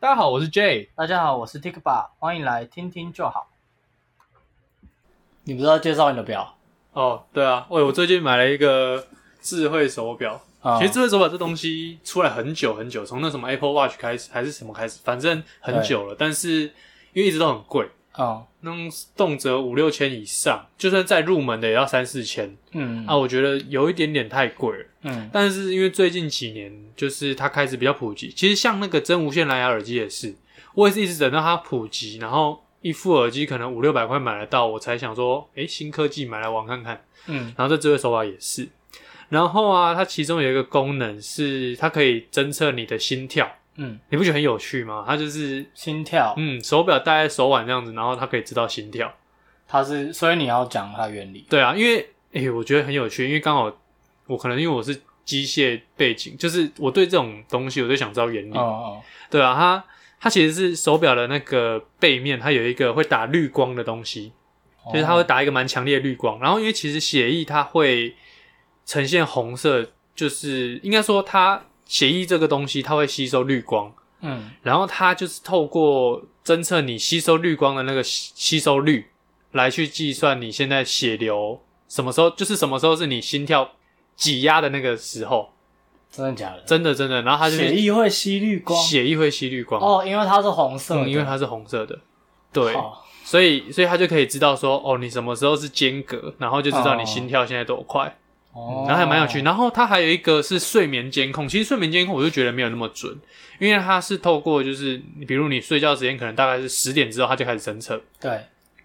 大家好，我是 J。大家好，我是 Tikba，欢迎来听听就好。你不知道介绍你的表？哦，对啊，喂，我最近买了一个智慧手表。啊其实智慧手表这东西出来很久很久，从那什么 Apple Watch 开始，还是什么开始，反正很久了。但是因为一直都很贵，嗯那种动辄五六千以上，就算再入门的也要三四千嗯啊，我觉得有一点点太贵了。嗯但是因为最近几年，就是它开始比较普及。其实像那个真无线蓝牙耳机也是，我也是一直等到它普及，然后一副耳机可能五六百块买得到，我才想说，诶、新科技买来玩看看。嗯然后这智慧手表也是，然后啊，它其中有一个功能是它可以侦测你的心跳，嗯，你不觉得很有趣吗？它就是心跳，嗯，手表戴在手腕这样子，然后它可以知道心跳。它是，所以你要讲它原理。对啊，因为诶、我觉得很有趣，因为刚好我可能因为我是机械背景，就是我对这种东西我就想知道原理。哦哦，对啊，它它其实是手表的那个背面，它有一个会打绿光的东西，哦就是它会打一个蛮强烈的绿光。然后因为其实血液它会呈现红色，就是应该说它血液这个东西它会吸收绿光，嗯然后它就是透过侦测你吸收绿光的那个吸吸收率，来去计算你现在血流什么时候，就是什么时候是你心跳挤压的那个时候，真的假的？真的真的。然后它就是血液会吸绿光血液会吸绿光，哦，因为它是红色的，嗯，因为它是红色的，对，哦所以所以它就可以知道说，哦，你什么时候是间隔，然后就知道你心跳现在多快，哦然后还蛮有趣。然后它还有一个是睡眠监控，其实睡眠监控我就觉得没有那么准，因为它是透过就是，比如你睡觉时间可能大概是十点之后，它就开始侦测，对，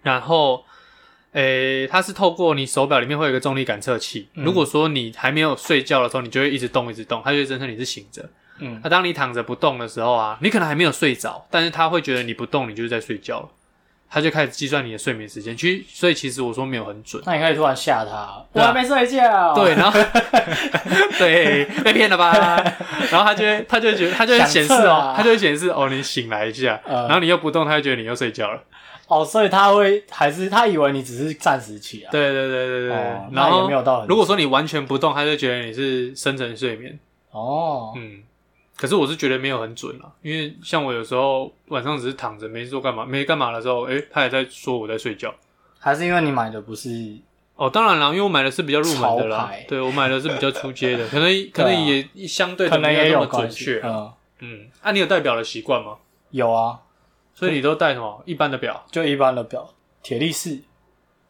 然后，诶、它是透过你手表里面会有一个重力感测器，嗯如果说你还没有睡觉的时候，你就会一直动一直动，它就会侦测你是醒着。嗯那、当你躺着不动的时候啊，你可能还没有睡着，但是它会觉得你不动，你就是在睡觉了，它就开始计算你的睡眠时间。其实，所以其实我说没有很准。那你可以突然吓他，我对啊还没睡觉。对，，然后 对被骗了吧？然后他就会，他就会觉得，他就会显示想测哦啊，他就会显示哦，你醒来一下，嗯然后你又不动，他就觉得你又睡觉了。哦，所以他会还是他以为你只是暂时起来。对对对对对，哦那然后也没有到很如果说你完全不动，他就觉得你是深层睡眠。哦，嗯，可是我是觉得没有很准啦，因为像我有时候晚上只是躺着没做干嘛，没干嘛的时候，诶、他也在说我在睡觉。还是因为你买的不是哦，当然啦，因为我买的是比较入门的潮啦牌，啊对我买的是比较出街的，可能可能也、相对可的能没有也那有么准关系确。嗯，嗯，啊，你有戴表的习惯吗？有啊，所以你都戴什么一般的表？就一般的表，铁力士，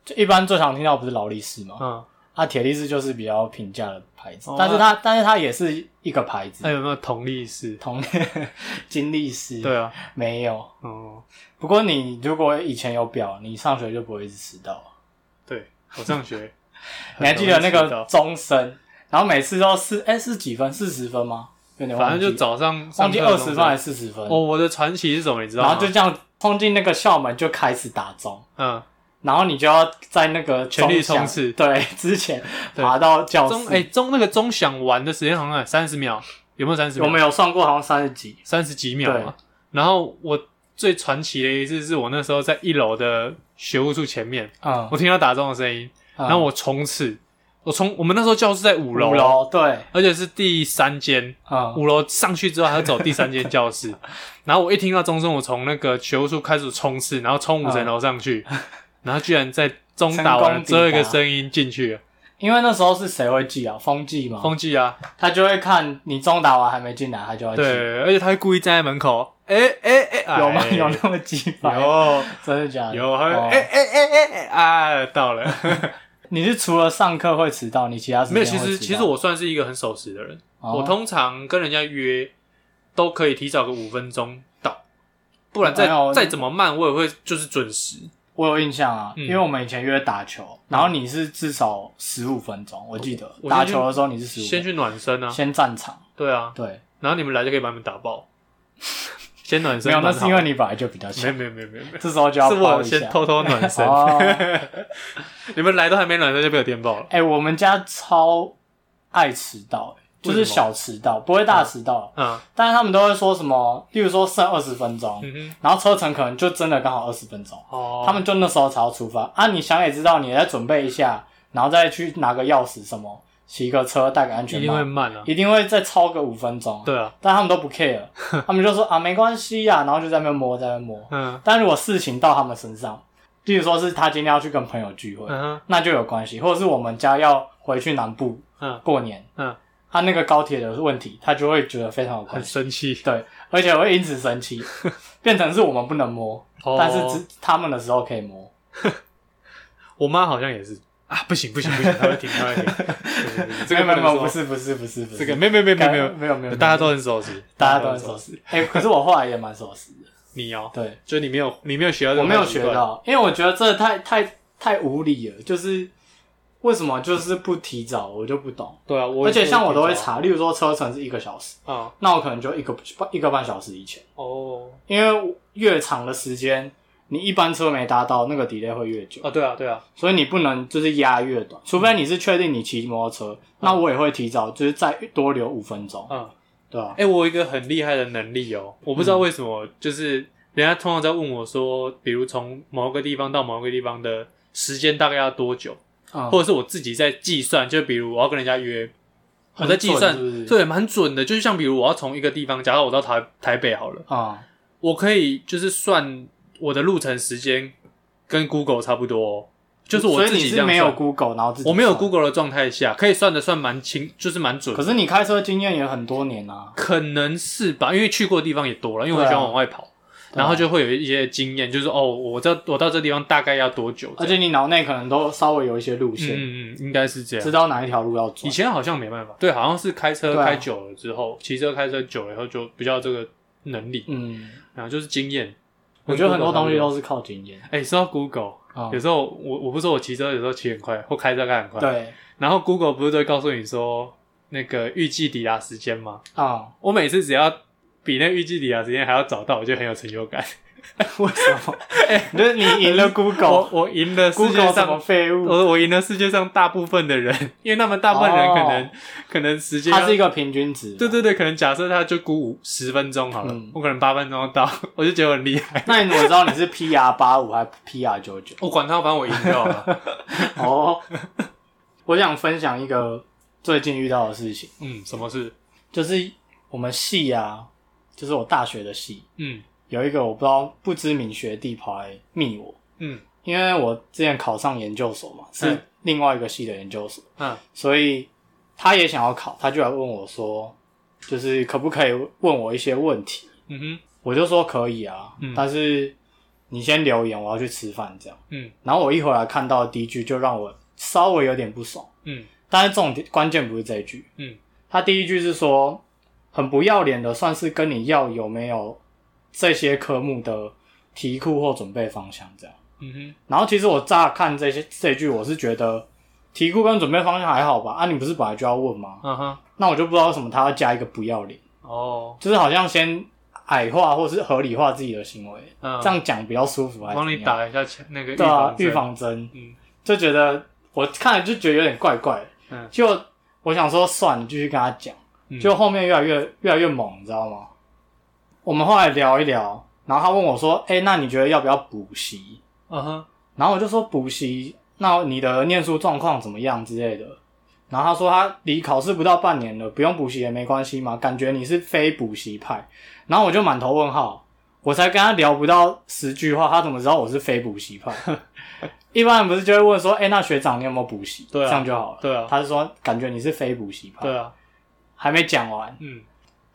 就一般最常听到不是劳力士吗？嗯，啊，铁力士就是比较平价的牌子哦，但是它但是它也是一个牌那子，有没有同力士？同 金力士对啊，没有。哦、不过你如果以前有表，你上学就不会一直迟到。对我上学 你很容易迟到，还记得那个钟声，然后每次都是哎是几分？四十分吗？有点忘反记正就早上忘记上课二的时候十分还是四十分，哦，我的传奇是什么？你知道然吗？后就这样冲进那个校门就开始打钟。嗯，然后你就要在那个全力钟响冲刺对，之前 对爬到教钟室。哎、钟那个钟响完的时间好像三十秒，有没有三十我秒？们有算过，好像三十几。三十几秒嘛。然后我最传奇的一次是我那时候在一楼的学务处前面，嗯，我听到打钟的声音，然然后我冲刺，我冲我们那时候教室在五楼，啊嗯五楼，对，而且是第三间，嗯，五楼上去之后还要走第三间教 室。然后我一听到钟声，我从那个学务处开始冲刺，然后冲五层楼上 去，然后居然在钟打成完功抵达最后一个声音进去了，因为那时候是谁会记啊？风纪嘛，风纪啊。他就会看你中打完还没进来，他就会记。对，而且他会故意站在门口，哎哎哎，啊 有吗？哎有那么鸡掰？有真的假的？有，他哦会哎哎哎哎哎啊，到 了。你是除了上课会迟到，你其他时没间有，会其实迟其到实我算是一个很守时的人，哦我通常跟人家约都可以提早个五分钟到，不然再哎呦再怎么慢，我也会就是准时。我有印象啊，嗯因为我们以前约打球，然后你是至少十五分钟，我记得我先去打球的时候你是十五，先去暖身啊，先站场，对啊，对，然后你们来就可以把你们打 爆。先暖身没有，那蛮是好因的，为你本来就比较强，没有没有没有没有，这时候就要是抱我一下先。偷偷暖身，哦， 你们来都还没暖身就被我电爆了。哎、我们家超爱迟到、欸就是小迟到，不会大迟到。嗯但是他们都会说什么，例如说剩二十分钟，嗯哼，然后车程可能就真的刚好二十分钟，哦，他们就那时候才要出发啊。你想也知道，你再准备一下，然后再去拿个钥匙什么，骑个车戴个安一全定帽会，慢啊。一定会再超个五分钟。对啊，但他们都 不 care，他们就说啊没关系呀、然后就在那边摸，在那边摸。嗯但如果事情到他们身上，例如说是他今天要去跟朋友聚会，嗯哼那就有关系；或者是我们家要回去南部嗯过年，嗯，他、那个高铁的问题，他就会觉得非常有关很系，生气。对，而且会因此生 气，变成是我们不能摸，哦但是只他们的时候可以摸。我妈好像也是啊，不行不行不行，她会停她 会停。对对对这个没有没能有，不说是不是不是不这是个，没有没有没有没有没有没有没有，大家都很守时，大家都很守。时。哎、可是我后来也蛮守时的，你哦，对。就你没有你没有学到这我个没有坏习学惯，到，因为我觉得这太太太无理了，就是为什么就是不提早，我就不懂。对啊，我而且像我都会查查，例如说车程是一个小时，啊那我可能就一个一个半小时以前，哦因为越长的时间，你一般车没搭到，那个 delay 会越久，啊对啊对啊所以你不能就是压越短，除非你是确定你骑摩托呃车，那我也会提早，就是再多留五分钟，嗯，对吧、哎，我有一个很厉害的能力哦，我不知嗯道为什么，就是人家通常在问我说，比如从某个地方到某个地方的时间大概要多久，嗯，或者是我自己在计算，就比如我要跟人家约，我很在计算准是不是，对，蛮准的。就是像比如我要从一个地方，假如我到台台北好了，啊、我可以就是算我的路程时间跟 Google 差不多哦、就是我所以自你己这是样没有算 Google，然后自己我没有算 Google 的状态下，可以算的算蛮清，就是蛮准可。是你开车经验也很多年啊，可能是吧，因为去过的地方也多了，因为我喜欢对啊往外跑，对啊然后就会有一些经验，就是哦，我到我到这地方大概要多久这而样？且你脑内可能都稍微有一些路线，嗯嗯，嗯应该是这样知。道哪一条路要走以。前好像没办法，对，好像是开车对啊开久了之后，骑、车开车久了以后就比较有这个能力，嗯，然后就是经验。我觉得很多东西跟 Google 差不都是靠经验。多，哎、说到 Google，、啊有时候我我不是说我骑车有时候骑很快，或开车开很快，，对然后 Google 不是都会告诉你说那个预计抵达时间吗？啊，我每次只要比那预计抵达时间还要早到，我就很有成就感。 为什 么？就是你赢了 Google，Google 哎我我赢了世界什么上。废物？我我赢了世界上大部分的人， 因为他们大部分人可能、哦可能时间要它是一个平均值。对。对对，可能假设他就估五十分钟好了，嗯我可能八分钟到， 我就觉得我很厉害。 那你怎么知道你是 PR 八五还是 PR 九 九？我管他，反正我赢就好 了。哦， 我想分享一个最近遇到的事情，嗯，什么事？就是我们系啊，就是我大学的系，嗯有一个我不知道不知名学弟跑来密我，嗯因为我之前考上研究所嘛，嗯是另外一个系的研究所，嗯所以他也想要考，他就来问我说，就是可不可以问我一些问题？嗯哼我就说可以啊，嗯但是你先留言，我要去吃饭这样。嗯然后我一回来看到的第一句就让我稍微有点不爽，嗯但是重点关键不是这一句，嗯他第一句是说很不要脸的，算是跟你要有没有这些科目的题库或准备方向这样。嗯哼然后其实我乍看这些这一句，我是觉得题库跟准备方向还好吧？啊，你不是本来就要问吗？嗯哼，那我就不知道为什么他要加一个不要脸，哦，就是好像先矮化或是合理化自己的行为，嗯，这样讲比较舒服还我是帮你怎样打一下前那个对啊预预防针，嗯就觉得我看了就觉得有点怪怪，嗯就我想说算了，继续跟他讲，嗯就后面越来越越来越猛，你知道吗？我们后来聊一聊，然后他问我说：“哎、那你觉得要不要补习？”嗯哼然后我就说补习，那你的念书状况怎么样之类的。然后他说他离考试不到半年了，不用补习也没关系嘛，感觉你是非补习派。然后我就满头问号，我才跟他聊不到十句话，他怎么知道我是非 补习派？一般人不是就会问说，哎、那学长你有没有补习？对啊这样就好了。对啊他是说感觉你是非补习派。对啊还没讲完，嗯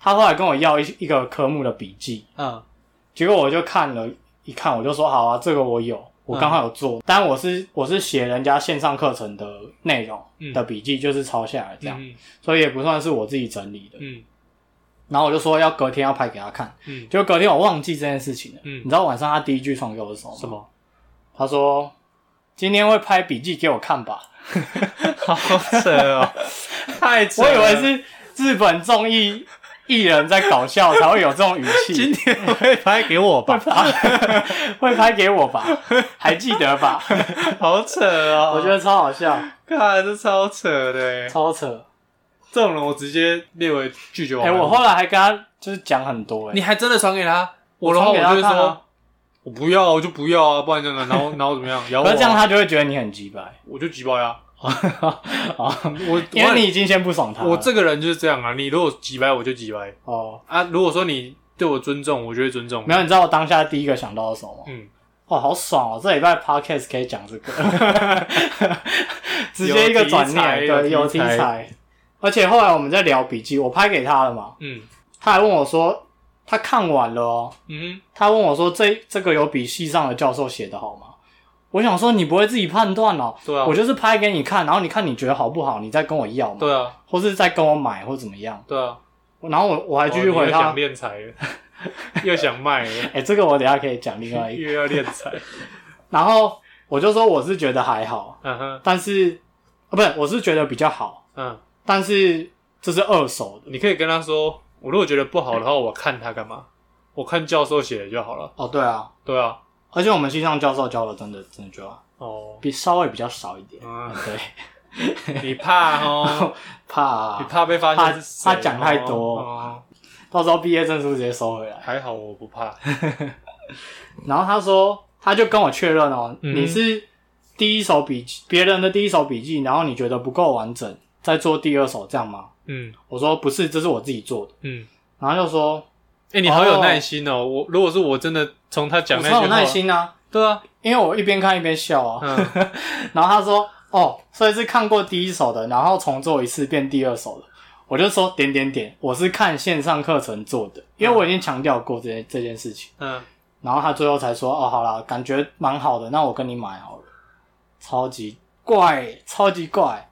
他后来跟我要一一个科目的笔记，嗯结果我就看了一看，我就说好啊，这个我有，我刚好有做，嗯但我是我是写人家线上课程的内容嗯的笔记，就是抄下来这样，嗯所以也不算是我自己整理的。嗯然后我就说要隔天要拍给他看，嗯结果隔天我忘记这件事情了。嗯你知道晚上他第一句传给我是什么吗？什？么？他说今天会拍笔记给我看吧。 好扯 哦，太扯我了！以为是日本综艺艺人在搞笑才会有这种语 气。今天会拍给我会 吧，拍会拍给我吧？还记得吧？ 好扯哦！我觉得超好笑，看这超扯的耶，欸 超扯。这种人我直接列为拒绝往哎、来户。我后来还跟他就是讲很多、哎，啊你还真的传给他，我的话传我就会给他看说啊，我 不要啊，我就不要啊，不然这样的，然后然后怎么样？咬我哎可啊，是这样他就会觉得你很鸡掰我就急爆呀。啊，我因为你已经先不爽他了，我这个人就是这样啊，你如果挤歪我就挤歪哦，啊，如果说你对我尊重，我就会尊重。没有，你知道我当下第一个想到的是什么吗？嗯，哇，好爽哦！这礼拜 podcast 可以讲这个， 直接一个转有题念，材对，有有题题材材。而且后来我们在聊笔记，我拍给他了嘛，嗯他还问我说，他看完了哦，嗯他问我说这这个有比系上的教授写的好吗？我想说你不会自己判断哦，哼，对啊，我就是拍给你看，然后你看你觉得好不好，你再跟我要嘛，对啊，或是再跟我买或怎么样。对啊，然后我我还继续哦你回又他，想练财了， 又想卖了，哎、这个我等一下可以讲另外一 个。又要练财，然后我就说我是觉得还好，嗯哼，但是啊，不是，我是觉得比较好，嗯，但是这是二手的你可以跟他说，我如果觉得不好的话，我看他干嘛？我看教授写的就好了。哦，对啊，对啊，而且我们西藏教授教的真的真的就好哦，比稍微比较少一点，嗯，对，你怕 哦，怕、你怕被发现是谁怕怕讲太多哦，到时候毕业证书直接收回来。还好我不怕。然后他说，他就跟我确认哦，嗯你是第一手笔记，别人的第一手笔记，然后你觉得不够完整，再做第二手这样吗？嗯我说不是，这是我自己做的。嗯，然后就说哎，你好有耐心哦。我如果是我真的从他讲我那超有句耐话，心啊，对啊，因为我一边看一边笑啊。嗯， 然后他说：“哦，所以是看过第一手的，然后重做一次变第二手的。”我就说：“点点点，我是看线上课程做的，因为我已经强调过这件这件事情。嗯，”然后他最后才说：“哦，好啦，感觉蛮好的，那我跟你买好了。”超级怪，超级怪。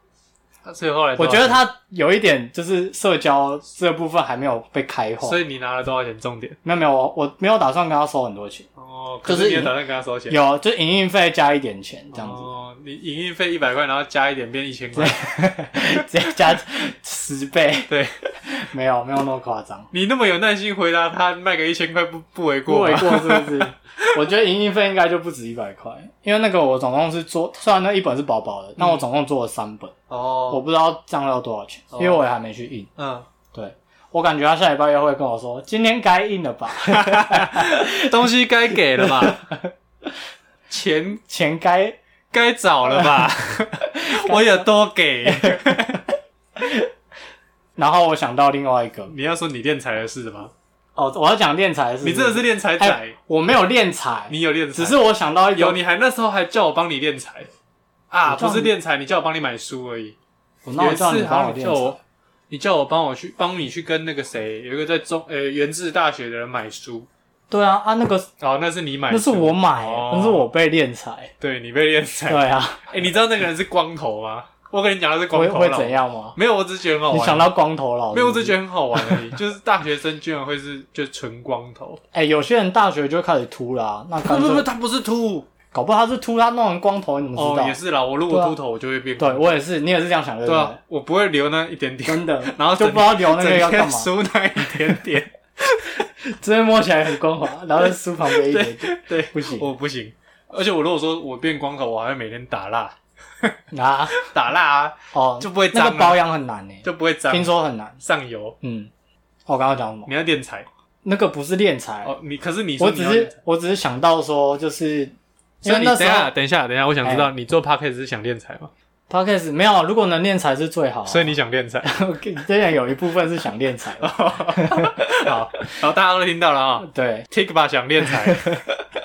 那啊所以后来多我少觉钱得，他有一点就是社交这部分还没有被开化所。以你拿了多少钱？重点没有没有，我我没有打算跟他收很多钱，哦，可就是是你有你打算跟他收钱？有就营运费加一点钱这样 子。哦，你营运费一百块，然后加一点变一千块。直接加十倍，对，没有没有那么夸张，你那么有耐心回答他，卖个一千块不不为不过为吧？过是不是？我觉得营运费应该就不止一百块，因为那个我总共是做，虽然那一本是薄薄的，但我总共做了三本，我哦，不知道这样要多少钱，哦因为我也还没去印。嗯，对，我感觉他下礼拜又会跟我说，今天该印了吧， 东西该给了 吧，钱钱该该找了吧， 我也多给。然后我想到另外一个， 你要说你练财的事吗？哦，我要讲练财是不是，你真的是练财哎仔，我没有练财，你有练财，只是我想到一有个，你还那时候还叫我帮你练财啊，我叫不你是练财，你叫我帮你买书而已。我那有我一次叫你帮好我像你练叫财，我，你叫我帮我去帮你去跟那个谁，有一个在中呃原治大学的人买书，对啊啊那个哦，那是你买，那是我，买、哦那是我被练财，对你被练财对。啊。哎、你知道那个人是光头吗？我跟你讲，他是光会头会佬怎？样吗？没有，我只是觉得很好你玩。想到光头佬？没有，我只是是觉不是得很好玩而已。就是大学生居然会是就纯光 头，哎、有些人大学就开始秃啦、那不干不不，脆他不是秃搞不好他是秃，他弄成光头，你怎么知哦，道？也是啦。我如对果啊秃头，我就会变对光头。我也是，你也是这样想的，对对不啊对？，我不会留那一点点，真的，然后就整不知道留那整个要干天嘛，梳那一点点。 这边摸起来很光滑，然后在梳旁边一点点，对，不行我不行。而且我如果说我变光头，我还会每天打蜡，啊，打蜡啊，哦，就不会那脏个啊、保养很难呢、欸就不会脏。听说很难，上油，嗯，我刚刚讲什么？你要练财那个不是练财，哦。你可是你说我你只要练财是我只是想到说，就是因所以为你那等一时候哎下，等一下，等一下，我想知道你做 podcast 是想练财吗？ podcast 没有，如果能练财是最好啊、所以你哦想练 财，我跟你真的有一部分是想练财啊 的，好，然后大家都听到了啊、对， t i k b a 想练财，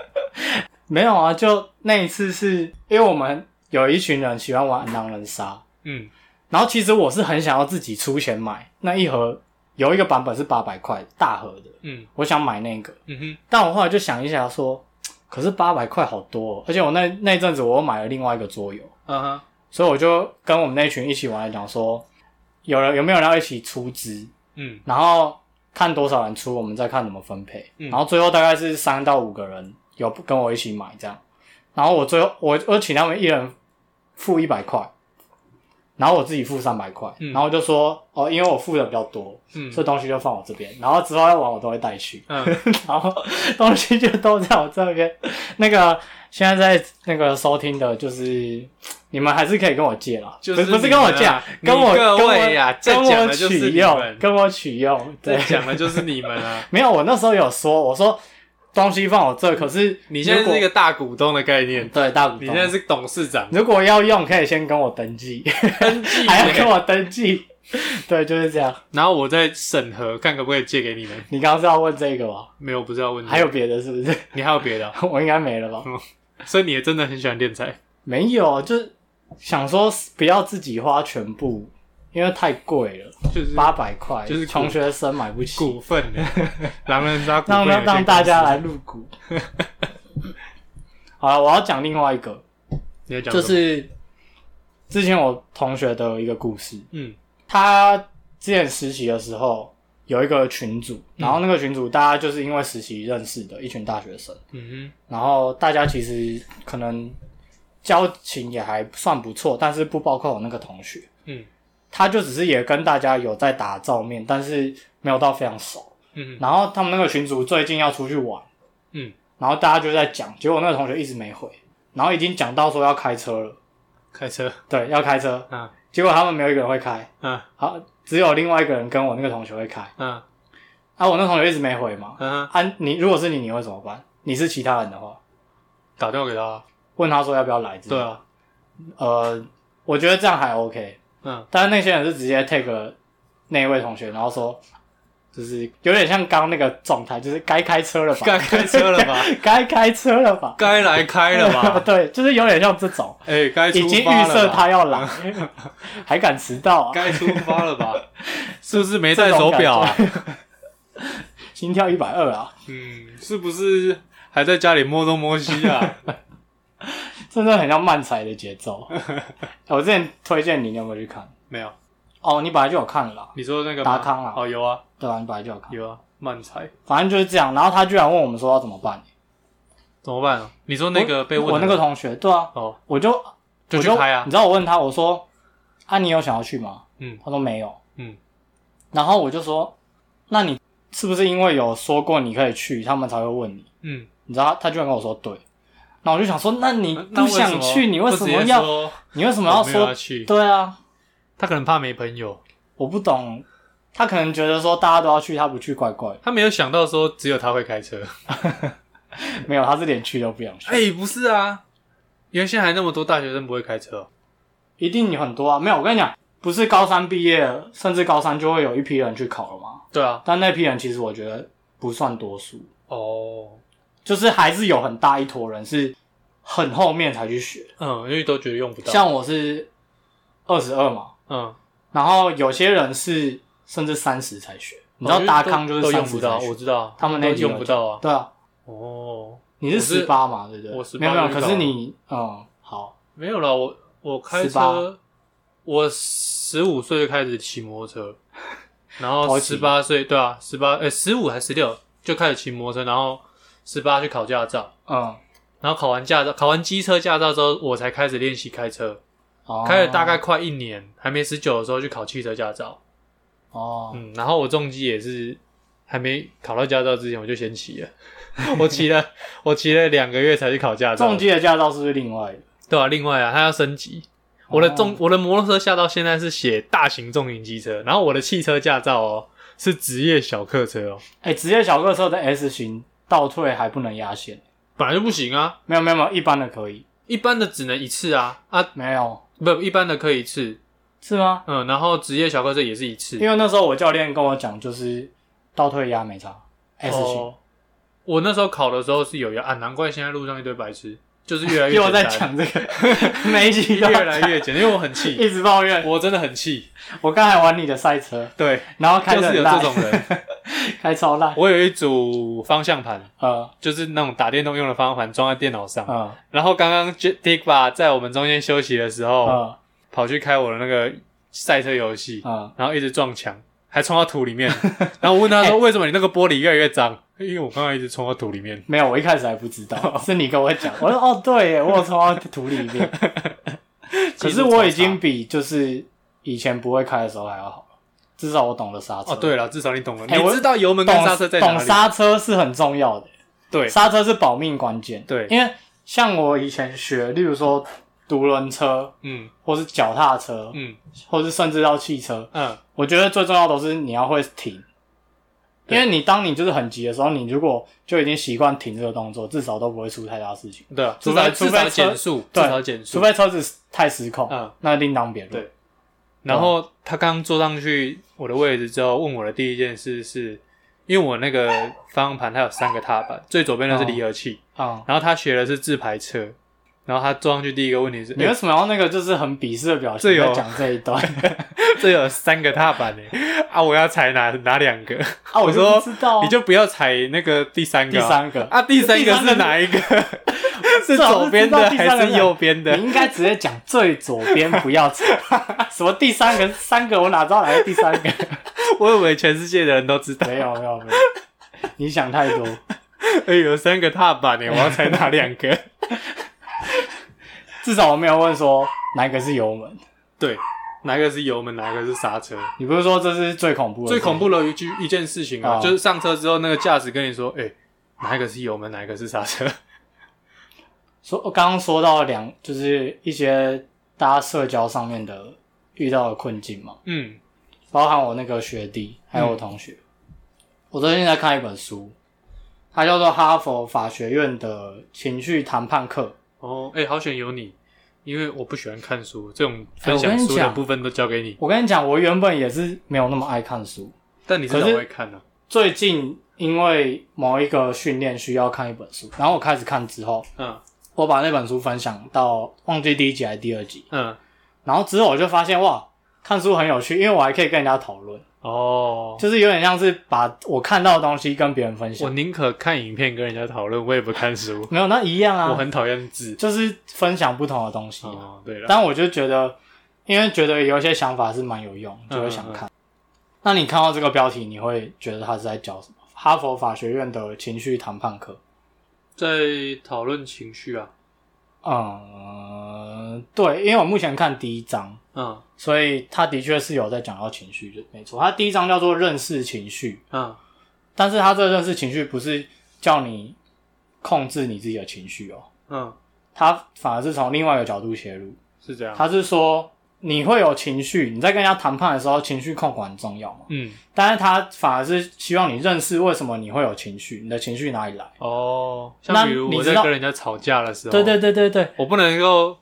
没有啊，就那一次是因为我们有一群人喜欢玩狼人杀，嗯然后其实我是很想要自己出钱买那一盒，有一个版本是八百块大盒的，嗯我想买那个，嗯哼，但我后来就想一想说，可是八百块好多哦、而且我那那一阵子我又买了另外一个桌游，嗯哼，所以我就跟我们那群一起玩的讲说，有人有没有人要一起出资，嗯然后看多少人出，我们再看怎么分配。嗯然后最后大概是三到五个人有跟我一起买这样，然后我最后我我请他们一人付一百块，然后我自己付三百块，嗯然后我就说哦，因为我付的比较多，嗯所以东西就放我这边，然后之后要玩我都会带去， 嗯，然后东西就都在我这边。那个现在在那个收听的，就是你们还是可以跟我借啦，就是不不是跟我借你们啊，跟我你各跟我位啊跟这讲我的就是取你用们，跟我取用。对 这，讲的就是你们啊，没有，我那时候有说，我说东西放我这，可是你现在如果是一个大股东的概念，对大股你东现，在是董事 长，如果要用可以先跟我登记，登记还要跟耶，我登记，对，就是这样。 然后我再审核，看可不可以借给你们。你刚刚是要问这个吗？没有，不是要问你，还有别的是不是？ 你还有别的啊、我应该没了吧？所以你也真的很喜欢练财。没有，就是想说不要自己花全部，因为太贵了，就是八百块，就是穷学生买不起。股份的，狼人杀股份让有限公司让让大家来入 股。好了，我要讲另外一个，你要讲什就么是之前我同学的一个故事。嗯他之前实习的时候有一个群组，嗯然后那个群组大家就是因为实习认识的一群大学生，嗯然后大家其实可能交情也还算不错，但是不包括我那个同学。哼嗯他就只是也跟大家有在打照面，但是没有到非常熟。嗯然后他们那个群组最近要出去玩，嗯，然后大家就在讲，结果那个同学一直没回，然后已经讲到说要开车了，开车对，要开车，啊结果他们没有一个人会开，啊好，只有另外一个人跟我那个同学会开，啊啊，我那同学一直没回嘛，啊！啊，你如果是你，你会怎么办？你是其他人的话，打电话给他啊，问他说要不要来之类对的，啊，呃，我觉得这样还 OK，嗯但是那些人是直接 take 那一位同学，然后说，就是有点像刚刚那个状态，就是该开车了吧，该开车了 吧， 该开车了吧，该来开了吧， 对，就是有点像这种，哎，该出已经发预了吧设他要来， 还敢迟到 啊，该出发了吧， 是不是没戴手表啊？ 心跳一百二啊， 嗯，是不是还在家里摸东摸西 啊？真的很像慢踩的节 奏。我之前推荐你，你有没有去看？没有，哦，你本来就有看了啦，你说那个吗达康啊哦有啊对吧、你本来就有看，有啊，慢才反正就是这样。然后他居然问我们说要怎么办，怎么办啊？你说那个被问我的我那个同学，对啊，哦，我就就我去开啊你，知道我问他，我说啊，你有想要去吗？嗯他说没有，嗯，然后我就说，那你是不是因为有说过你可以去，他们才会问你？嗯，你知道他他居然跟我说对，那我就想说，那你那不为什想么去，你为什么不直接要说你为什么我要没有说要？去？对啊，他可能怕没朋友，我不懂，他可能觉得说大家都要去，他不去怪怪的。他没有想到说只有他会开车。没有，他是连去都不想去。哎、不是啊，原先还那么多大学生不会开车哦、一定有很多啊，没有，我跟你讲，不是高三毕业了，甚至高三就会有一批人去考了嘛。对啊，但那批人其实我觉得不算多数，哦，就是还是有很大一坨人是很后面才去学。嗯，因为都觉得用不到。像我是二十二嘛，嗯，然后有些人是甚至三十才学。你知道哦达康就都都是三用不十到，才我学，知道啊，他们那都集有用不到啊。对啊，哦，你是我是十八嘛，对不对？我18没有没有，就可考是了你嗯好，没有啦，我我开车18，我十五岁就开始骑摩托车，然后高十级八岁，对啊，十八，呃，十五还十六就开始骑摩托车，然后十八去考驾照。嗯，然后考完驾照，考完机车驾照之后，我才开始练习开车，哦开了大概快一年，还没十九的时候去考汽车驾照。哦，嗯，然后我重机也是还没考到驾照之前，我就先骑了。我骑了，我骑了两个月才去考驾照。重机的驾照是不是另外的？对啊，另外啊，它要升级。我的重、哦我的摩托车驾到现在是写大型重型机车，然后我的汽车驾照哦是职业小客车哦，哎、职业小客车的 S 型倒退还不能压线，本来就不行啊，没有没有没有，一般的可以，一般的只能一次啊啊没有不一般的可以一次，是吗？嗯，然后职业小客车也是一次因为那时候我教练跟我讲，就是倒退压没差 S 型，哦。我那时候考的时候是有一啊，难怪现在路上一堆白痴，就是越来越 又简单在讲这个， 每一集越都来越简单，因为我很气，一直抱 怨。我真的很气，我刚才玩你的赛车，对，然后开就的是有这种 人。开超烂，我有一组方向盘，呃就是那种打电动用的方向盘，装在电脑上。呃然后刚刚 J- Dick 吧在我们中间休息的时候，呃跑去开我的那个赛车游戏，呃，然后一直撞墙，还冲到土里 面。然后我问他说：“为什么你那个玻璃越来越脏？”因为我刚刚一直冲到土里面。没有，我一开始还不知哦道，是你跟我讲，我说哦对耶，我有冲到土里 面， 可是我已经比就是以前不会开的时候还要好了，至少我懂了刹车。哦，对了，至少你懂了，哎你我知道油门跟懂刹车在哪懂里。刹车是很重要的，对，刹车是保命关键。对因为像我以前学，例如说独轮车，嗯或是脚踏车，嗯或是甚至到汽车，嗯，我觉得最重要都是你要会停，因为你当你就是很急的时候，你如果就已经习惯停这个动作，至少都不会出太大事情。对啊，至除少非至除非少车减速，至对少减除速。非车子太失控，嗯那另当别论。对然后他刚坐上去我的位置之后，问我的第一件事是，因为我那个方向盘它有三个踏板，最左边的是离合器，啊、然后他学的是自排车，然后他坐上去第一个问题是，你欸为什么要那个就是很鄙视的表情这有在讲这一段？ 这有三个踏板呢，啊，我要踩哪哪两个？啊，我就我说不知道啊、你就不要踩那个哦第三个第啊、三个，啊，第三个是哪一个？ 是左边的还是右边的你？应该直接讲最左边 不要踩。什么第三个？三个我哪知道哪是第三个？ 我以为全世界的人都知道，没有没有没有，你想太多。哎，有三个踏板欸呢，我要踩哪两个？ 至少我没有问说哪一个是油门。对，哪一个是油门，哪一个是刹车？你不是说这是最恐怖的？最恐。怖的一句一件事情啊，哦就是上车之后，那个驾驶跟你说，哎、哪一个是油门，哪一个是刹车？说我刚刚说到两，就是一些大家社交上面的遇到的困境 嘛，嗯，包含我那个学弟还有我同学。我最近在看一本书，它叫做《哈佛法学院的情绪谈判课》。哦，哎、好险有你，因为我不喜欢看书，这种哎分我跟享你书的讲部分都交给你，我跟你讲，我原本也是没有那么爱看书，但你至少可是会看呢、啊最近因为某一个训练需要看一本书，然后我开始看之后，啊。我把那本书分享到忘记第一集还是第二集，嗯嗯，然后之后我就发现哇，看书很有趣，因为我还可以跟人家讨论，哦，就是有点像是把我看到的东西跟别人分我享，宁可看影片跟人家讨论，我也不看书，没有那一样我 啊，很讨厌字。就是分享不同的东西啊、哦，对了，但我就觉得，因为觉得有一些想法是蛮有用，就会想看。那你看到这个标题，你会觉得他是在教什么？哈佛法学院的情绪谈判课。在讨论情绪啊，嗯，对，因为我目前看第一章，嗯所以他的确是有在讲到情绪，就没错。他第一章叫做认识情绪，嗯但是他这个认识情绪不是叫你控制你自己的情绪哦，嗯，他反而是从另外一个角度切入。是这样。他是说你会有情绪，你在跟人家谈判的时候，情绪控管很重要嘛。嗯，但是他反而是希望你认识为什么你会有情绪，你的情绪哪里来？哦，那像比如你我知在道跟人家吵架的时候，对对对对对，我不能够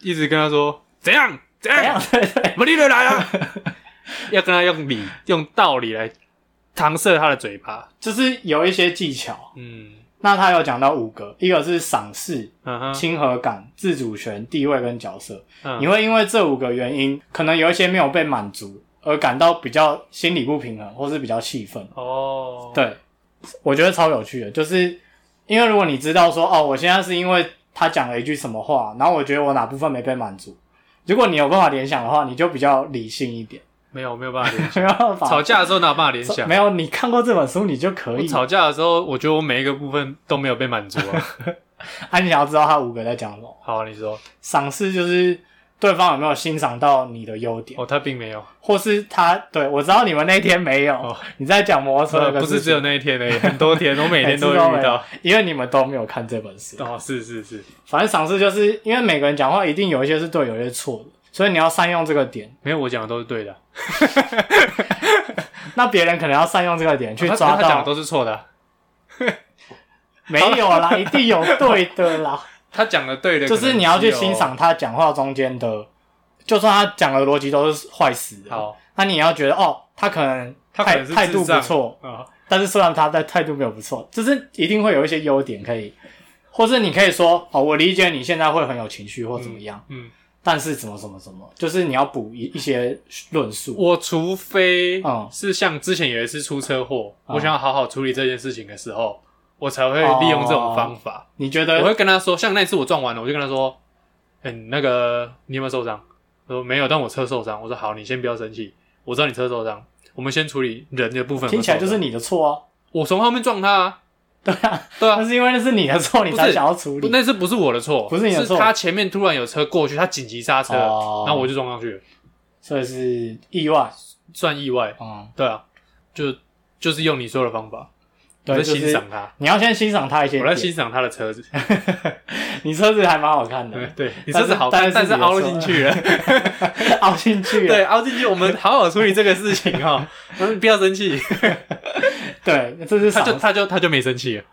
一直跟他说怎样怎怎样样？，哎对对不利的来 啊，要跟他用理用道理来搪塞他的嘴巴。就是有一些技巧。嗯那他有讲到五个，一个是赏识、嗯哼，亲和感、自主权、地位跟角色。嗯你会因为这五个原因，可能有一些没有被满足，而感到比较心理不平衡，或是比较气愤。哦，，对，我觉得超有趣的，就是因为如果你知道说哦，我现在是因为他讲了一句什么话，然后我觉得我哪部分没被满足，如果你有办法联想的话，你就比较理性一点， 没有没有办法联想，没有办法吵架的时候哪有办法联想？啊没有你看过这本书，你就可我以。吵架的时候，我觉得我每一个部分都没有被满足 啊。啊，你想要知道他五个在讲什么？好，你说，赏识就是对方有没有欣赏到你的优点，哦，他并没 有，或是他对我知道你们那天没有，哦你在讲摩托车呃那个不是事只有情，那一天而已，很多天，我每天都会 每次都遇到。因为你们都没有看这本书。哦，是是是，反正赏识就是因为每个人讲话一定有一些是对，有一些错的，所以你要善用这个点。没有我讲的都是对的，那别人可能要善用这个点去哦他抓他讲的到，都是错的啊，没有啦，一定有对的啦。他讲的 对的，就可是能你要只去有欣。赏他讲话中间的，就算他讲的逻辑都是坏死的，好，那你也要觉得哦，他可能他可态能是态度智不障错，啊，但是虽然他的态度没有不错，就是一定会有一些优点可以，或是你可以说哦，我理解你现在会很有情绪或怎么样，嗯，但是怎么怎么怎么，就是你要补一一些论述。我除非嗯是像之前有一次出车祸，嗯哦我想要好好处理这件事情的时候，我才会利用这种方法。你觉我得会跟他说，像那次我撞完了，我就跟他说：“嗯、你那个你有没有受伤？”他说：“没有，但我车受伤。”我说：“好，你先不要生气，我知道你车受伤，我们先处理人的部分。” 听起来就是你的错啊？我从后面撞他、啊， 对 啊，对啊那，是因为那是你的错，你才想要处不理。那次不是我的错，不是你的错是他前面突然有车过去，他紧急刹车，哦然后我就撞上去了，所以是意外，算意外。嗯，对啊，就就是用你说的方法，我对，在就欣是赏他，你要先欣赏他一些我在点。欣赏他的车 子。你车子还蛮好看对的，对，你但车子是好看，但但是是凹进去了。 凹进去了。啊 对，凹进去，我们好好处理这个事情哦，嗯不要生气。对，这是他赏就他就他就没生气了。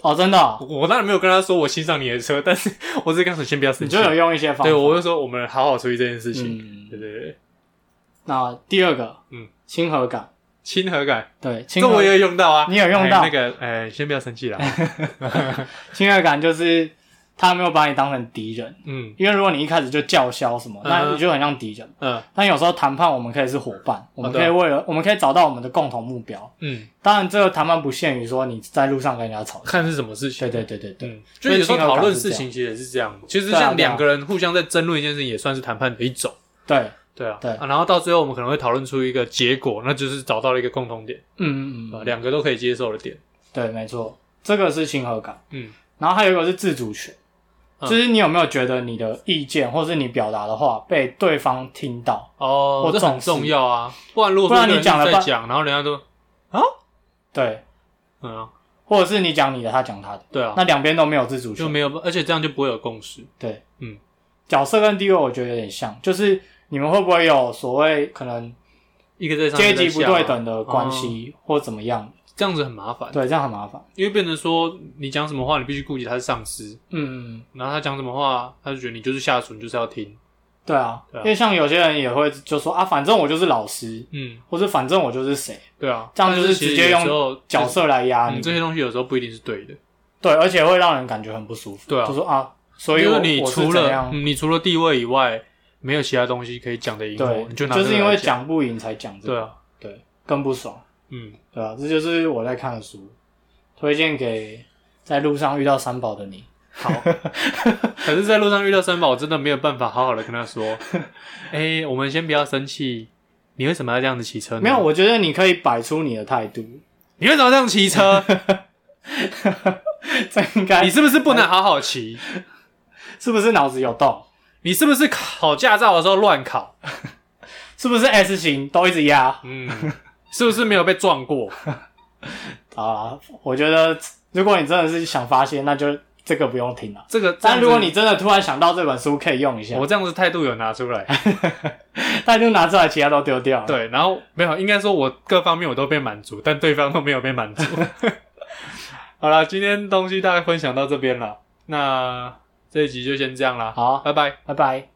哦，真的哦、我我当然没有跟他说我欣赏你的车，但是我只是跟他说先不要生你气就。有用一些方法。对，我就说我们好好处理这件事情。嗯，对对对，那第二个，嗯，亲和感，亲和感，对，亲这和我也有用到啊，你有用到哎那个，呃，先不要生气 啦。亲和感就是他没有把你当成敌人，嗯因为如果你一开始就叫嚣什么，嗯那你就很像敌人。嗯但有时候谈判我们可以是伙伴，哦我们啊可以为了我们可以找到我们的共同目标。嗯，当然，这个谈判不限于说你在路上跟人家吵架。看是什么事情。对对对对对，嗯，就有时候讨论事情其实也是这样，其实像对啊两个人互相在争论一件事情，也算是谈判的一种。对，对啊，对啊，然后到最后我们可能会讨论出一个结果，那就是找到了一个共同点，嗯嗯啊，嗯，两个都可以接受的点。对，没错，这个是亲和感。嗯然后还有一个是自主权，嗯就是你有没有觉得你的意见或是你表达的话被对方听到？哦我，这很重视重要啊，不然如果不说然你一个人讲了在半讲，然后人家都对，嗯啊，或者是你讲你的，他讲他的，对啊，那两边都没有自主就权。没有，而且这样就不会有共识。对，嗯，角色跟地位我觉得有点像，就是你们会不会有所谓可能一个在上，阶一个在级不下对嘛等的关系或怎么样？这样子很麻烦，对，这样很麻烦。因为变成说你讲什么话，你必须顾及他是上司，嗯，然后他讲什么话，他就觉得你就是下属，你就是要听。对啊，对啊因为像有些人也会就说啊，反正我就是老师，嗯，或者反正我就是谁，对啊，这样就是但其实直有接用时候角色来压嗯，你。这些东西有时候不一定是对的。对，而且会让人感觉很不舒服。对啊就说啊，所以就是我你我是除怎了样嗯你除了地位以外，没有其他东西可以讲的赢我，对，你就拿这就个是因为来讲讲不赢才讲这对个，啊，对，更不爽，嗯，对啊，这就是我在看的书，推荐给在路上遇到三宝的你。好。可是，在路上遇到三宝，我真的没有办法好好的跟他 说，哎、我们先不要生气，你为什么要这样子骑车呢？ 没有，，我觉得你可以摆出你的 态度，你为什么要这样骑 车？这应该你是不是不能好好骑？是不是脑子有洞？你是不是考驾照的时候乱考？是不是 S 型都一直压嗯，是不是没有被撞过？啊？我觉得如果你真的是想发泄，那就这个不用听了。这个，这样但子如果你真的突然想到这本书，可以用一下我，这样子态度有拿出来，但就拿出来，其他都丢掉了。对，然后没有，应该说我各方面我都被满足，但对方都没有被 满足。好了，今天东西大概分享到这边了，那这一集就先这样啦，好，拜拜。拜拜。